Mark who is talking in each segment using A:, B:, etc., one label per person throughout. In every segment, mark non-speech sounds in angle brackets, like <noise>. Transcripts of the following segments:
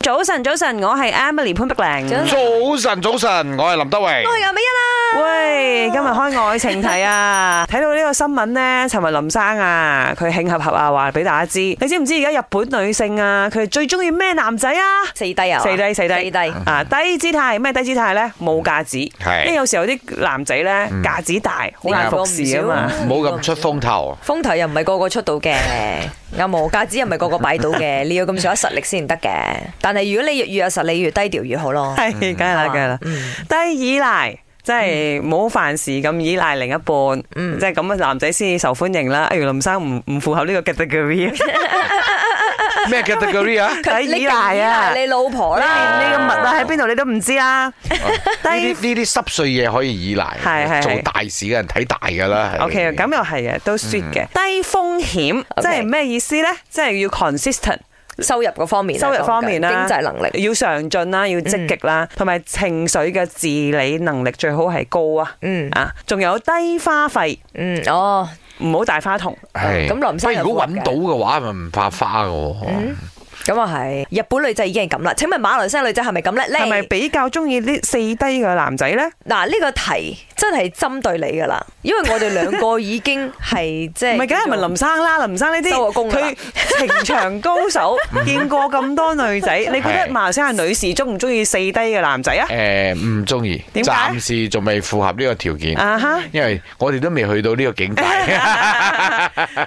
A: 早晨，早晨，我係 Emily 潘碧玲。
B: 早晨，早晨，我係林德榮。
C: 我係美欣啦。
A: 喂，今日開愛情題啊！睇到呢個新聞呢，尋日林生啊，佢慶合合啊，話俾大家知，你知唔知而家日本女性啊，佢哋最中意咩男仔啊？
C: 四低啊！
A: 四低四低
C: 四低。
A: 啊！低姿態咩低姿態咧？冇架子，
B: 係
A: 因為有時候啲男仔咧架子大，好難服侍啊嘛。
B: 冇咁出風頭，
C: 風頭又唔係個個出到
A: <laughs>
C: 嘅，有冇架子又唔係個個擺到嘅，你要咁上下實力先得嘅。但係如果你越有實力，越低調越
A: <laughs>
C: 好咯。
A: 係，哎梗係啦，梗係啦。低依賴，即係冇凡事咁依賴另一半，即係咁嘅男仔先至受歡迎啦。哎，林生唔唔符合呢個 category <laughs>
B: 咩 category 啊？
A: 低
C: 你
A: 依賴啊！
C: 你老婆
A: 你連你
C: 啦，
A: 個物啊喺邊度你都唔知啊 <laughs> 啦。
B: 呢啲呢啲濕碎嘢可以依賴，
A: 係係係
B: 做大事嘅人睇大㗎啦。係
A: OK 咁又係嘅，都 sweet 嘅。低風險即係咩意思咧？即係要 consistent。
C: 收入嗰方面啊，
A: 收入方面啦，
C: 經濟能力。
A: 要上進啦，要積極啦，同埋、情緒嘅治理能力最好係高啊。
C: 嗯
A: 啊，仲有低花費，
C: 嗯，哦，
A: 唔好大花筒。
B: 係
C: 咁林生
B: 喂
C: 又
B: 如
C: 符
B: 果揾
C: 合嘅
B: 到嘅話，咪唔怕花嘅喎。
C: 咁啊係。日本女仔已經係咁啦，請問馬來西亞女仔係咪咁咧？
A: 係咪
C: 你
A: 比較中意呢四低嘅男仔呢？
C: 嗱呢個題真係針對你㗎啦，因為我哋兩個已經係即係
A: 唔係，梗係咪林生啦？林生呢
C: 收
A: 啲
C: 我工㗎啦
A: 佢情場高手，見過咁多女仔，你覺得
B: 係
A: 馬來西亞女士中唔中意四低嘅男仔啊？
B: 誒唔中意，
A: 點解
B: 暫時仲未符合呢個條件，
A: 啊哈！
B: <laughs> 因為我哋都未去到呢個
A: <laughs>
B: 境界。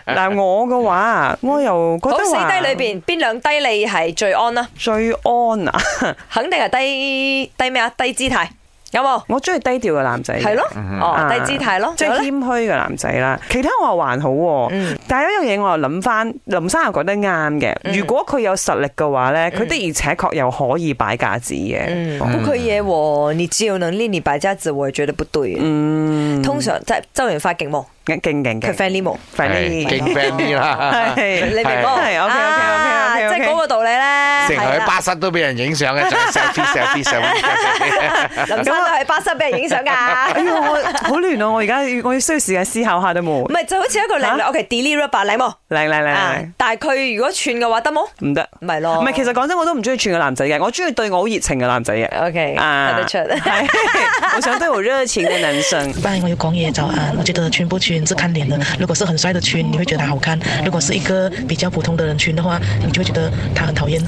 A: 嗱，我嘅話，我又覺
C: 好
A: 得
C: 四
A: 話
C: 低裏邊邊兩低你係最安啊啦？
A: 最安啊！ <laughs>
C: 肯定係低低咩啊？低姿態有冇？
A: 我中意低調嘅男仔嘅。
C: 係咯，哦，
A: 啊
C: 低姿態咯，
A: 即係
C: 有咧
A: 謙虛嘅男仔啦。其他我又還好喎，
C: 嗯
A: 但係有一樣嘢我又諗翻，林生又覺得啱嘅。如果佢有實力嘅話咧，佢的而且確又可以擺架子嘅。哦
C: 嗯，不可以喎，你只有能力你擺家子，我覺得不對。啊
A: 嗯，
C: 通常即係周潤發勁冇，
A: 勁勁
C: 佢
A: 勁
C: friendly 冇，
A: 快
B: 係
A: 啲，
B: 勁 friend 啲啦，
A: 係
C: 你明冇？
A: 係，OK，OK，OK，OK，OK
C: 啊即係嗰個道理咧。
B: 成日
C: 係
B: 喺
C: 啦
B: 巴塞都俾人影相嘅，就係 selfie selfie selfie。
C: 林生都喺巴塞俾人影相
A: 哎
C: 㗎。
A: 呀，我好亂啊！我而家我要需要時間思考下都冇
C: 唔。係就好似一個靚女
A: 嚇
C: ，OK，delete rubber 靚冇
A: 嚟嚟嚟
C: 啊
A: 嚟，
C: 但係佢如果串嘅話得冇？
A: 唔得。
C: 唔係咯。
A: 唔係，其實講真，我都唔中意串嘅男仔嘅，我中意對我好熱情嘅男仔嘅。
C: OK，
A: 啊
C: 睇得出。 <laughs>
A: 係我想對我熱情嘅男生。
D: 拜，我有講嘢早安。我覺得圈不圈是看臉的，如果是很帥的圈，你會覺得他好看；如果是一個比較普通的人圈的話，你就會覺得他很討厭。